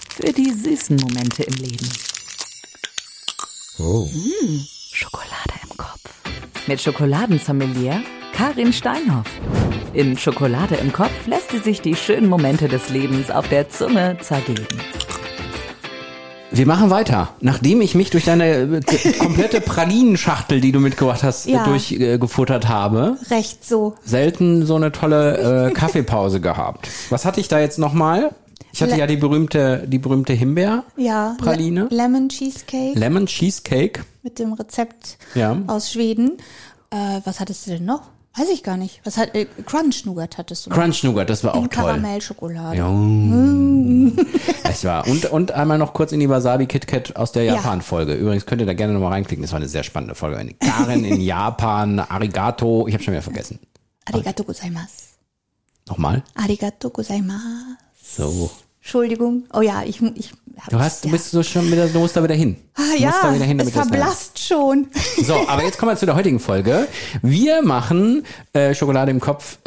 Für die süßen Momente im Leben. Hm, Oh. Schokolade im Kopf. Mit Schokoladensommelier Karin Steinhoff. In Schokolade im Kopf lässt sie sich die schönen Momente des Lebens auf der Zunge zergeben. Wir machen weiter. Nachdem ich mich durch deine äh, komplette Pralinenschachtel, die du mitgebracht hast, Ja. durchgefuttert habe, Recht so. selten so eine tolle äh, Kaffeepause gehabt. Was hatte ich da jetzt nochmal? Ich hatte Le- ja die berühmte, die berühmte Himbeer. Ja. Praline. Le Lemon Cheesecake Lemon Cheesecake. mit dem Rezept Ja. aus Schweden. Äh, was hattest du denn noch? Weiß ich gar nicht. Was hat äh, Crunch Nougat hattest du? noch. Crunch Nougat, das war auch In toll. Karamellschokolade. Ja. Es war. Und, und einmal noch kurz in die Wasabi Kit Kat aus der Ja. Japan-Folge. Übrigens könnt ihr da gerne nochmal reinklicken. Das war eine sehr spannende Folge. Eine Karin in Japan, Arigato. Ich habe schon wieder vergessen. Arigato gozaimasu. Nochmal. Arigato gozaimasu. So. Entschuldigung. Oh ja, ich, ich hab Du hast, du ja. bist so schon wieder, du musst da wieder hin. Ah du ja, musst da wieder hin, es damit das- verblasst schon. So, aber jetzt kommen wir zu der heutigen Folge. Wir machen äh, Schokolade im Kopf,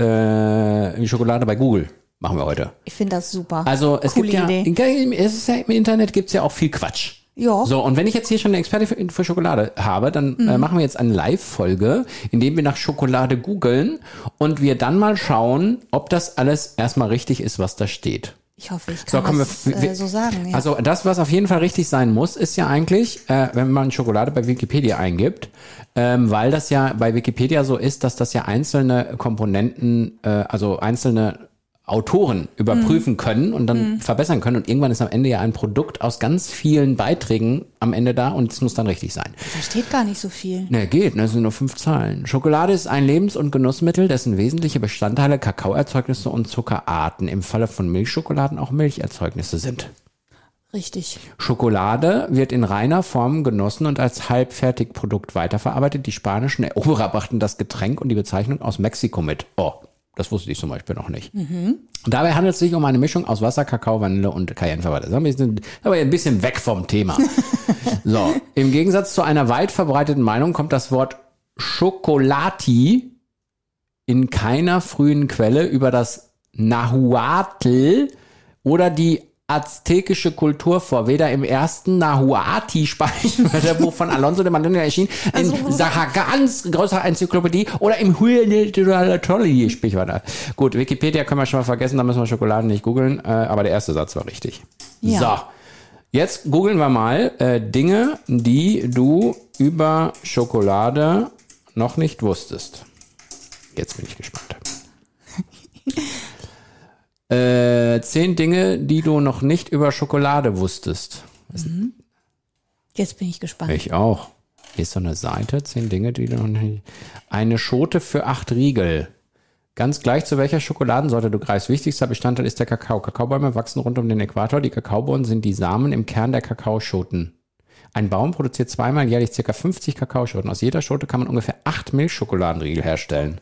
äh, Schokolade bei Google. Machen wir heute. Ich finde das super. Also es Coole gibt ja, Idee. in- es ist ja im Internet gibt's ja auch viel Quatsch. Ja. Mhm. So, und wenn ich jetzt hier schon eine Experte für, für Schokolade habe, dann äh, machen wir jetzt eine Live-Folge, indem wir nach Schokolade googeln und wir dann mal schauen, ob das alles erstmal richtig ist, was da steht. Ich hoffe, ich So, kann kommen das wir, wir äh, so sagen. Ja. Also das, was auf jeden Fall richtig sein muss, ist ja eigentlich, äh, wenn man Schokolade bei Wikipedia eingibt, ähm, weil das ja bei Wikipedia so ist, dass das ja einzelne Komponenten, äh, also einzelne Autoren überprüfen Mhm. können und dann verbessern können. Und irgendwann ist am Ende ja ein Produkt aus ganz vielen Beiträgen am Ende da und es muss dann richtig sein. da steht gar nicht so viel. Ne, geht, ne, es sind nur fünf Zahlen. Schokolade ist ein Lebens- und Genussmittel, dessen wesentliche Bestandteile Kakaoerzeugnisse und Zuckerarten, im Falle von Milchschokoladen auch Milcherzeugnisse sind. Richtig. Schokolade wird in reiner Form genossen und als Halbfertigprodukt weiterverarbeitet. Die spanischen Eroberer brachten das Getränk und die Bezeichnung aus Mexiko mit. Oh, das wusste ich zum Beispiel noch nicht. Dabei handelt es sich um eine Mischung aus Wasser, Kakao, Vanille und Cayenneverwalter. Das ist ein bisschen- aber ein bisschen weg vom Thema. so, im Gegensatz zu einer weit verbreiteten Meinung kommt das Wort Schokolati in keiner frühen Quelle über das Nahuatl oder die aztekische Kultur vor, weder im ersten Nahuati-Speicherwörterbuch von Alonso de Mandona erschienen, in Saragans größerer Enzyklopädie oder im Huyelatolli-Sprichwörter. Gut, Wikipedia können wir schon mal vergessen, da müssen wir Schokoladen nicht googeln, äh, aber der erste Satz war richtig. Ja. So, jetzt googeln wir mal äh, Dinge, die du über Schokolade noch nicht wusstest. Jetzt bin ich gespannt. äh, zehn Dinge, die du noch nicht über Schokolade wusstest. Jetzt bin ich gespannt. Ich auch. Hier ist so eine Seite, zehn Dinge, die du noch nicht. Eine Schote für acht Riegel. Ganz gleich zu welcher Schokoladensorte du greifst. Wichtigster Bestandteil ist der Kakao. Kakaobäume wachsen rund um den Äquator. Die Kakaobohnen sind die Samen im Kern der Kakaoschoten. Ein Baum produziert zweimal jährlich ca. 50 Kakaoschoten. Aus jeder Schote kann man ungefähr acht Milchschokoladenriegel herstellen.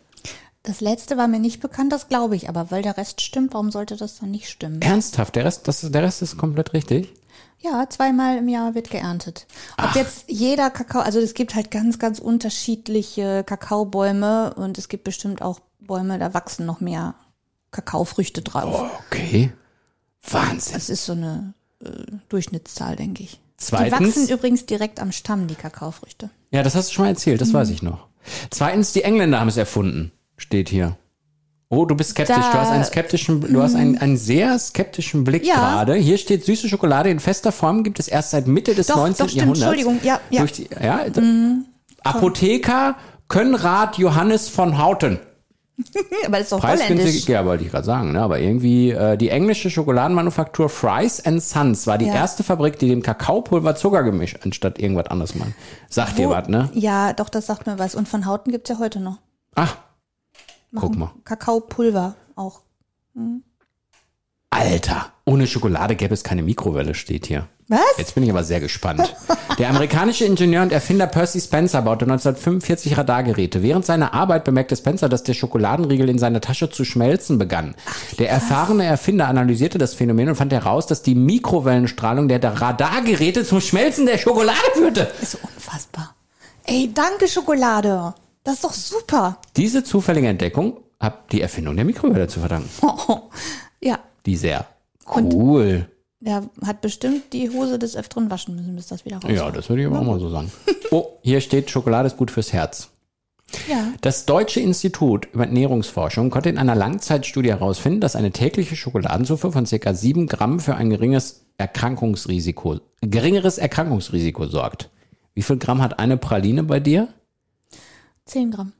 Das letzte war mir nicht bekannt, das glaube ich, aber weil der Rest stimmt, warum sollte das dann nicht stimmen? Ernsthaft, der Rest, das, der Rest ist komplett richtig. Ja, zweimal im Jahr wird geerntet. Ob jetzt jeder Kakao, also es gibt halt ganz, ganz unterschiedliche Kakaobäume und es gibt bestimmt auch Bäume, da wachsen noch mehr Kakaofrüchte drauf. Okay. Wahnsinn. Das ist so eine äh, Durchschnittszahl, denke ich. Zweitens- Die wachsen übrigens direkt am Stamm, die Kakaofrüchte. Ja, das hast du schon mal erzählt, das Mhm. weiß ich noch. Zweitens, die Engländer haben es erfunden, steht hier. Oh, du bist skeptisch. Da- Mhm. du hast einen skeptischen, du hast einen, einen sehr skeptischen Blick Ja. gerade. Hier steht süße Schokolade in fester Form gibt es erst seit Mitte des Doch, 19. doch, stimmt, Jahrhunderts. Entschuldigung, ja, ja. Mhm. Durch die, ja d- Apotheker Konrad Johannes von Houten. Aber das ist doch holländisch. Preisgünstig, ja, wollte ich gerade sagen, ne? aber irgendwie äh, die englische Schokoladenmanufaktur Fries and Sons war die Ja. erste Fabrik, die dem Kakaopulver Zuckergemisch anstatt irgendwas anderes macht. Sagt dir was, ne? Ja, doch, das sagt mir was. Und von Hauten gibt's ja heute noch. Ach, guck mal. Kakaopulver auch. Alter, ohne Schokolade gäbe es keine Mikrowelle, steht hier. Was? Jetzt bin ich aber sehr gespannt. Der amerikanische Ingenieur und Erfinder Percy Spencer baute 1945 Radargeräte. Während seiner Arbeit bemerkte Spencer, dass der Schokoladenriegel in seiner Tasche zu schmelzen begann. Der erfahrene Erfinder analysierte das Phänomen und fand heraus, dass die Mikrowellenstrahlung der Radargeräte zum Schmelzen der Schokolade führte. Ist unfassbar. Ey, danke Schokolade. Das ist doch super. Diese zufällige Entdeckung hat die Erfindung der Mikrowelle zu verdanken. ja, Die sehr cool. Der hat bestimmt die Hose des Öfteren waschen müssen, bis das wieder rauskommt. Ja, das würde ich aber auch mal so sagen. Oh, hier steht, Schokolade ist gut fürs Herz. Ja. Das Deutsche Institut über Ernährungsforschung konnte in einer Langzeitstudie herausfinden, dass eine tägliche Schokoladenzufuhr von ca. 7 Gramm für ein geringes Erkrankungsrisiko, geringeres Erkrankungsrisiko sorgt. Wie viel Gramm hat eine Praline bei dir? 10 Gramm.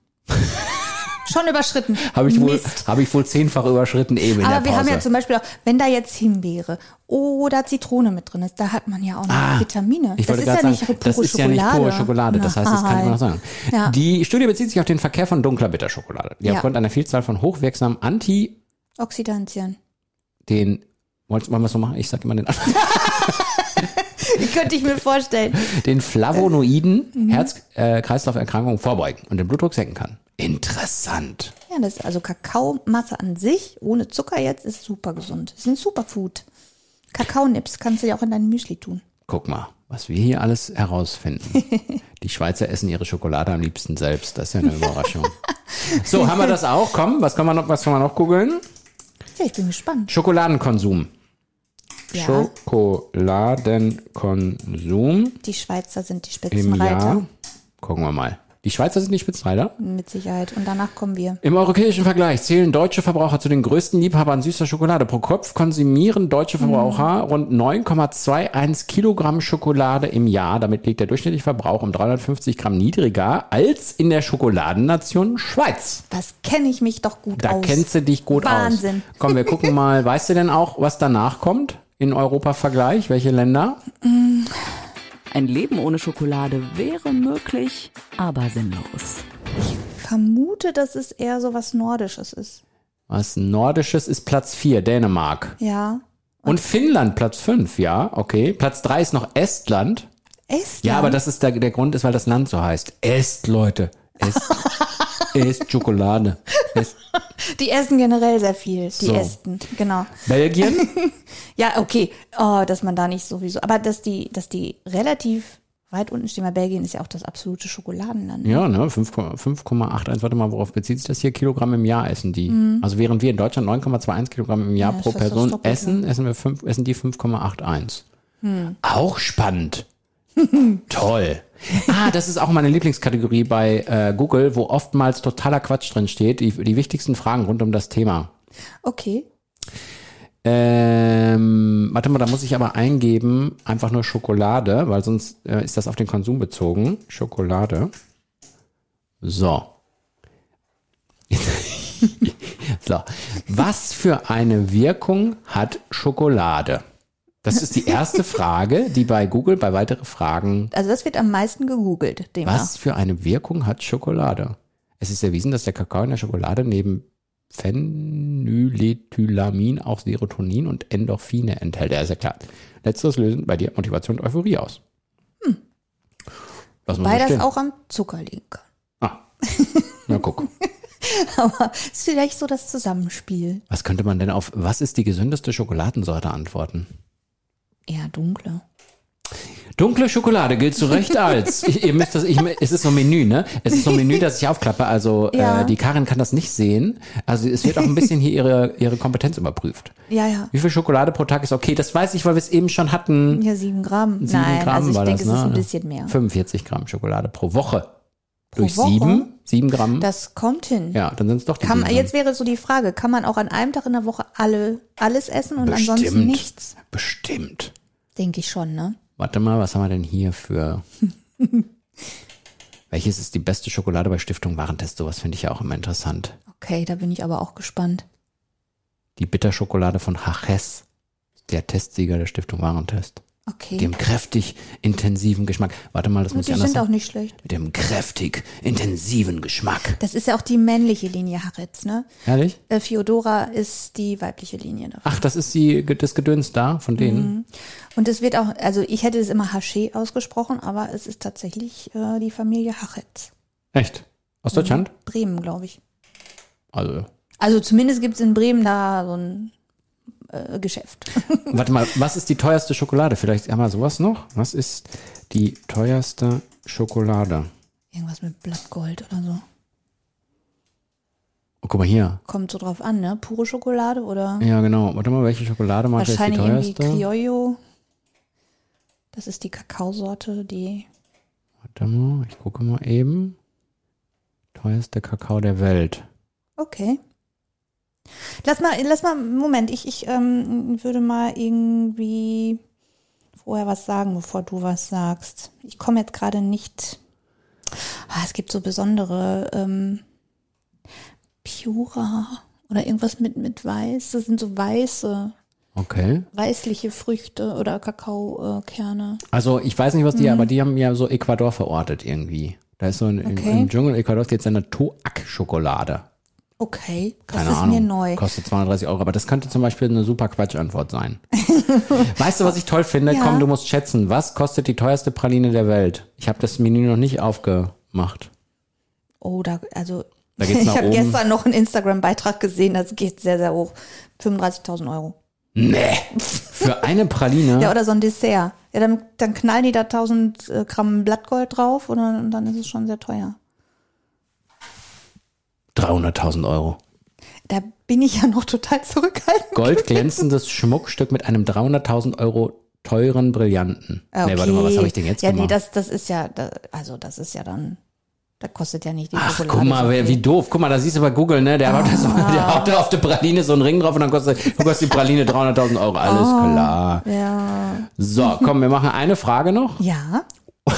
Schon überschritten. Habe ich, wohl, Mist. habe ich wohl zehnfach überschritten eben in Aber der wir Pause. haben ja zum Beispiel auch, wenn da jetzt Himbeere oder Zitrone mit drin ist, da hat man ja auch noch Vitamine. Ah, Ich das wollte gerade ist ja sagen, nicht pure das ist ja Schokolade. nicht pure Schokolade. Das heißt, das kann ich Nein. noch sagen. Ja. Die Studie bezieht sich auf den Verkehr von dunkler Bitterschokolade, die Ja. aufgrund einer Vielzahl von hochwirksamen Anti, Oxidantien. den, wollen wir es so machen? Ich sag immer den anderen. Könnte ich mir vorstellen. den Flavonoiden Herz-Kreislauf-Erkrankungen vorbeugen und den Blutdruck senken kann. Interessant. Ja, das also Kakaomasse an sich, ohne Zucker jetzt, ist super gesund. Das ist ein Superfood. Kakaonips kannst du ja auch in dein Müsli tun. Guck mal, was wir hier alles herausfinden. Die Schweizer essen ihre Schokolade am liebsten selbst. Das ist ja eine Überraschung. So, haben wir das auch? Komm, was kann man noch, was kann man noch googeln? Ja, ich bin gespannt. Schokoladenkonsum. Ja. Schokoladenkonsum Die Schweizer sind die im Jahr. Spitzenreiter. Gucken wir mal. Die Schweizer sind die Spitzenreiter. Mit Sicherheit. Und danach kommen wir. Im europäischen Vergleich zählen deutsche Verbraucher zu den größten Liebhabern süßer Schokolade. Pro Kopf konsumieren Mhm. deutsche Verbraucher rund 9,21 Kilogramm Schokolade im Jahr. Damit liegt der durchschnittliche Verbrauch um 350 Gramm niedriger als in der Schokoladennation Schweiz. Das kenne ich mich doch gut Da aus. kennst du dich gut Wahnsinn. aus. Komm, wir gucken mal. Weißt du denn auch, was danach kommt in Europa-Vergleich? Welche Länder? Ein Leben ohne Schokolade wäre möglich, aber sinnlos. Vermute, dass es eher so was Nordisches ist. Was Nordisches ist Platz 4, Dänemark. Ja. Und Finnland Platz 5, ja, okay. Platz 3 ist noch Estland. Estland. Ja, aber das ist der, der Grund ist, weil das Land so heißt. Esst, Leute. Esst, esst Schokolade. Esst. Die essen generell sehr viel. Die So. Esten, genau. Belgien? Ja, okay. Oh, dass man da nicht sowieso. Aber dass die, dass die relativ weit unten stehen, weil Belgien ist ja auch das absolute Schokoladenland. Ja, ne, 5,81. Warte mal, worauf bezieht sich das hier? Kilogramm im Jahr essen die. Also während wir in Deutschland 9,21 Kilogramm im Jahr Ja, ist pro fast das Person Doppelte. essen, essen, wir fünf, essen die 5,81. Auch spannend. Toll. Ah, das ist auch meine Lieblingskategorie bei äh, Google, wo oftmals totaler Quatsch drin steht. Die, die wichtigsten Fragen rund um das Thema. Okay. Ähm, warte mal, da muss ich aber eingeben, einfach nur Schokolade, weil sonst äh, ist das auf den Konsum bezogen. Schokolade. So. so. Was für eine Wirkung hat Schokolade? Das ist die erste Frage, die bei Google bei weitere Fragen. Also das wird am meisten gegoogelt, demnach. Was für eine Wirkung hat Schokolade? Es ist erwiesen, dass der Kakao in der Schokolade neben Phenylethylamin auch Serotonin und Endorphine enthält. Ja, ist ja klar. Letzteres lösen bei dir Motivation und Euphorie aus. Lass mal so Weil Hm. das stehen. auch am Zucker liegen kann. Ah. Na guck. Aber ist vielleicht so das Zusammenspiel. Was könnte man denn auf was ist die gesündeste Schokoladensorte antworten? Eher dunkle. Dunkle Schokolade gilt zu Recht als. Ich, ihr müsst das, ich, es ist so ein Menü, ne? Es ist so ein Menü, das ich aufklappe. Also Ja. äh, die Karin kann das nicht sehen. Also es wird auch ein bisschen hier ihre, ihre Kompetenz überprüft. Ja, ja. Wie viel Schokolade pro Tag ist okay? Das weiß ich, weil wir es eben schon hatten. Ja, sieben Gramm. Sieben Nein, Gramm also ich war denke, das, es ist ne? ein bisschen mehr. 45 Gramm Schokolade pro Woche. Durch Woche? sieben? Sieben Gramm? Das kommt hin. ja, dann sind es doch die Kann, sieben Gramm. jetzt wäre so die Frage, kann man auch an einem Tag in der Woche alle, alles essen und ansonsten Bestimmt. nichts? Bestimmt. Denke ich schon, ne? Warte mal, was haben wir denn hier für. Welches ist die beste Schokolade bei Stiftung Warentest? Sowas finde ich ja auch immer interessant. Okay, da bin ich aber auch gespannt. Die Bitterschokolade von Haches, der Testsieger der Stiftung Warentest. Okay. Dem kräftig intensiven Geschmack. Warte mal, das muss die ich anders sind auch sagen. nicht schlecht. Mit dem kräftig intensiven Geschmack. Das ist ja auch die männliche Linie Harretz, ne? Herrlich? Äh, Fiodora ist die weibliche Linie davon. Ach, das ist die, das Gedöns da von denen. Mhm. Und es wird auch, also ich hätte es immer Haché ausgesprochen, aber es ist tatsächlich äh, die Familie Harretz. Echt? Aus Mhm. Deutschland? Bremen, glaube ich. Also. Also zumindest gibt es in Bremen da so ein äh, Geschäft. Warte mal, was ist die teuerste Schokolade? Vielleicht haben wir sowas noch. Was ist die teuerste Schokolade? Irgendwas mit Blattgold oder so. Oh, guck mal hier. Kommt so drauf an, ne? Pure Schokolade oder Ja, genau. Warte mal, welche Schokolademarke ist die wahrscheinlich irgendwie teuerste? Criollo. Das ist die Kakaosorte, die Warte mal, ich gucke mal eben. Teuerster Kakao der Welt. Okay. Lass mal, lass mal, Moment, ich, ich ähm, würde mal irgendwie vorher was sagen, bevor du was sagst. Ich komme jetzt gerade nicht. Ah, es gibt so besondere ähm, Pura oder irgendwas mit, mit Weiß. Das sind so weiße, Okay. weißliche Früchte oder Kakaokerne. Also ich weiß nicht, was Mhm. die, aber die haben ja so Ecuador verortet irgendwie. Da ist so ein, im- Okay. im Dschungel Ecuadors jetzt eine Toak-Schokolade. Okay, das Keine ist Ahnung. mir neu. Kostet 230 Euro, aber das könnte zum Beispiel eine super Quatschantwort sein. weißt du, was ich toll finde? Ja. Komm, du musst schätzen. Was kostet die teuerste Praline der Welt? Ich habe das Menü noch nicht aufgemacht. Oh, da, also Da geht's ich nach habe oben. gestern noch einen Instagram-Beitrag gesehen, das geht sehr, sehr hoch. 35.000 Euro. Nee. Für eine Praline? Ja, oder so ein Dessert. Ja, dann, dann knallen die da 1000 äh, Gramm Blattgold drauf und dann, und dann ist es schon sehr teuer. 300.000 Euro. Da bin ich ja noch total zurückhaltend. Goldglänzendes Schmuckstück mit einem 300.000 Euro teuren Brillanten. Ah, Nee, warte mal, was habe ich denn jetzt Ja, gemacht? nee, das, das ist ja, da, also das ist ja dann, da kostet ja nicht die Ach, Schokolade. Ah. guck mal, so wer, wie viel. doof. Guck mal, da siehst du bei Google, ne? Der, haut, da so, der haut da auf die Praline so einen Ring drauf und dann kostet, dann kostet die Praline 300.000 Euro. Alles Ah. klar. Ja. So, komm, wir machen eine Frage noch. Ja.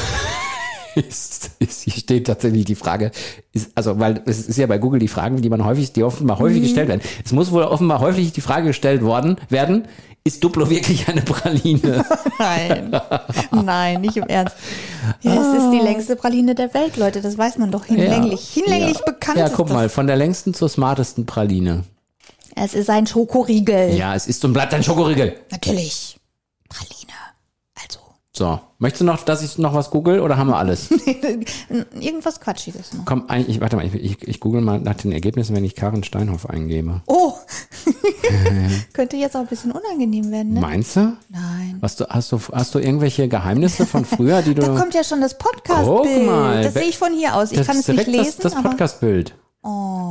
Ist, ist, hier steht tatsächlich die Frage, ist, also, weil es ist ja bei Google die Fragen, die man häufig, die offenbar häufig gestellt werden. Es muss wohl offenbar häufig die Frage gestellt worden werden, ist Duplo wirklich eine Praline? Nein. Nein, nicht im Ernst. Ja, es ist die längste Praline der Welt, Leute. Das weiß man doch hinlänglich. Hinlänglich ja. bekannt Ja, ist guck das. mal, von der längsten zur smartesten Praline. Es ist ein Schokoriegel. Ja, es ist und bleibt ein Schokoriegel. Natürlich. Praline. Also. So, möchtest du noch, dass ich noch was google oder haben wir alles? Irgendwas Quatschiges noch. Komm, ein- ich, warte mal, ich, ich, ich google mal nach den Ergebnissen, wenn ich Karin Steinhoff eingebe. Oh, könnte jetzt auch ein bisschen unangenehm werden, ne? Meinst du? Nein. Hast du, hast du, hast du irgendwelche Geheimnisse von früher, die du. Da kommt ja schon das Guck mal, Podcast-Bild. Das wer- sehe ich von hier aus. Ich das kann ist es nicht direkt lesen, Das, das aber. Oh. Podcast-Bild.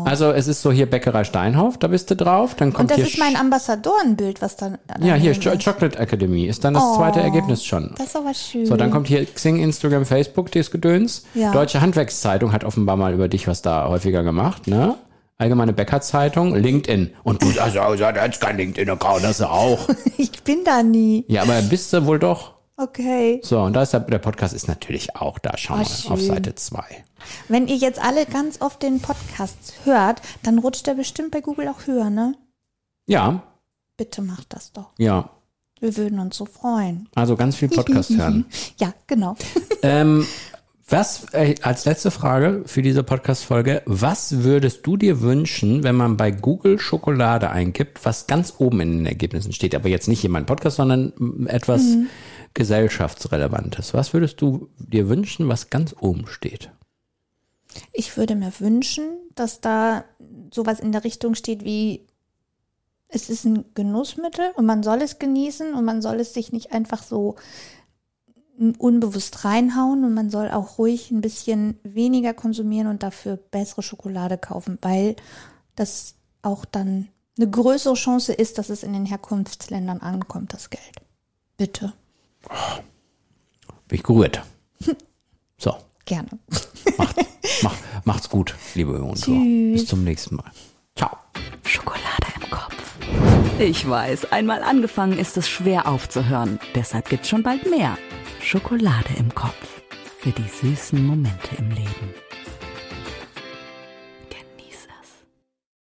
Also, es ist so hier Bäckerei Steinhoff, da bist du drauf, dann kommt Und das hier. ist mein Sch- Ambassadorenbild, was dann. ja, hier daneben Cho- ist. Chocolate Academy ist dann das zweite Ergebnis schon. Oh. Das ist aber schön. So, dann kommt hier Xing, Instagram, Facebook, dieses Gedöns. Ja. Deutsche Handwerkszeitung hat offenbar mal über dich was da häufiger gemacht, ne? Allgemeine Bäckerzeitung, LinkedIn. Und also, du sagst, ja, du hast kein LinkedIn-Account, das auch. ich bin da nie. Ja, aber bist du wohl doch. Okay. So, und da ist der, der Podcast ist natürlich auch da. Schau Ah, mal auf schön. Seite 2. Wenn ihr jetzt alle ganz oft den Podcast hört, dann rutscht der bestimmt bei Google auch höher, ne? Ja, Bitte macht das doch. ja. Wir würden uns so freuen. Also ganz viel Podcast hören. Ja, genau. ähm, was, äh, als letzte Frage für diese Podcast-Folge, was würdest du dir wünschen, wenn man bei Google Schokolade eingibt, was ganz oben in den Ergebnissen steht, aber jetzt nicht jemand Podcast, sondern mm, etwas gesellschaftsrelevantes. Was würdest du dir wünschen, was ganz oben steht? Ich würde mir wünschen, dass da sowas in der Richtung steht wie, es ist ein Genussmittel und man soll es genießen und man soll es sich nicht einfach so unbewusst reinhauen und man soll auch ruhig ein bisschen weniger konsumieren und dafür bessere Schokolade kaufen, weil das auch dann eine größere Chance ist, dass es in den Herkunftsländern ankommt, das Geld. Bitte, Bin ich gerührt. So, gerne. macht, mach, macht's gut, liebe Hörer und Hörer. Bis zum nächsten Mal. Ciao. Schokolade im Kopf. Ich weiß, einmal angefangen ist es schwer aufzuhören. Deshalb gibt's schon bald mehr. Schokolade im Kopf. Für die süßen Momente im Leben.